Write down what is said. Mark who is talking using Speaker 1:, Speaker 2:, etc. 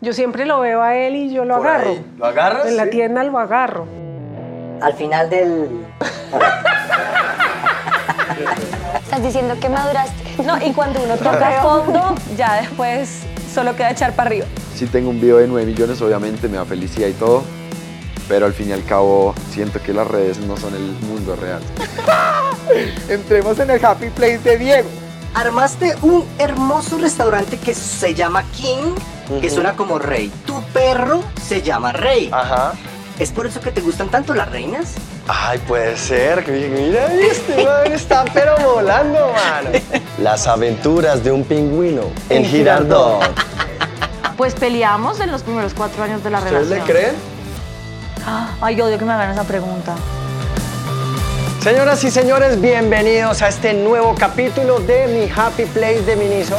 Speaker 1: Yo siempre lo veo a él y yo lo
Speaker 2: Por
Speaker 1: agarro.
Speaker 2: ahí. ¿Lo agarras?
Speaker 1: En la
Speaker 2: Sí.
Speaker 1: tienda lo agarro.
Speaker 3: Al final del.
Speaker 4: Estás diciendo que maduraste.
Speaker 5: No, y cuando uno toca fondo, ya después solo queda echar para arriba.
Speaker 6: Sí tengo un video de 9 millones, obviamente me da felicidad y todo, pero al fin y al cabo siento que las redes no son el mundo real.
Speaker 7: Entremos en el happy place de Diego.
Speaker 3: Armaste un hermoso restaurante que se llama King, que suena como rey. Tu perro se llama Rey.
Speaker 2: Ajá.
Speaker 3: ¿Es por eso que te gustan tanto las reinas?
Speaker 2: Ay, puede ser. que dije, Mira, este man está pero volando, mano. Las aventuras de un pingüino en Girardot.
Speaker 8: Pues peleamos en los primeros cuatro años de la
Speaker 2: ¿Ustedes le
Speaker 8: relación.
Speaker 2: creen?
Speaker 8: Ay, yo odio que me hagan esa pregunta.
Speaker 2: Señoras y señores, bienvenidos a este nuevo capítulo de Mi Happy Place de Miniso.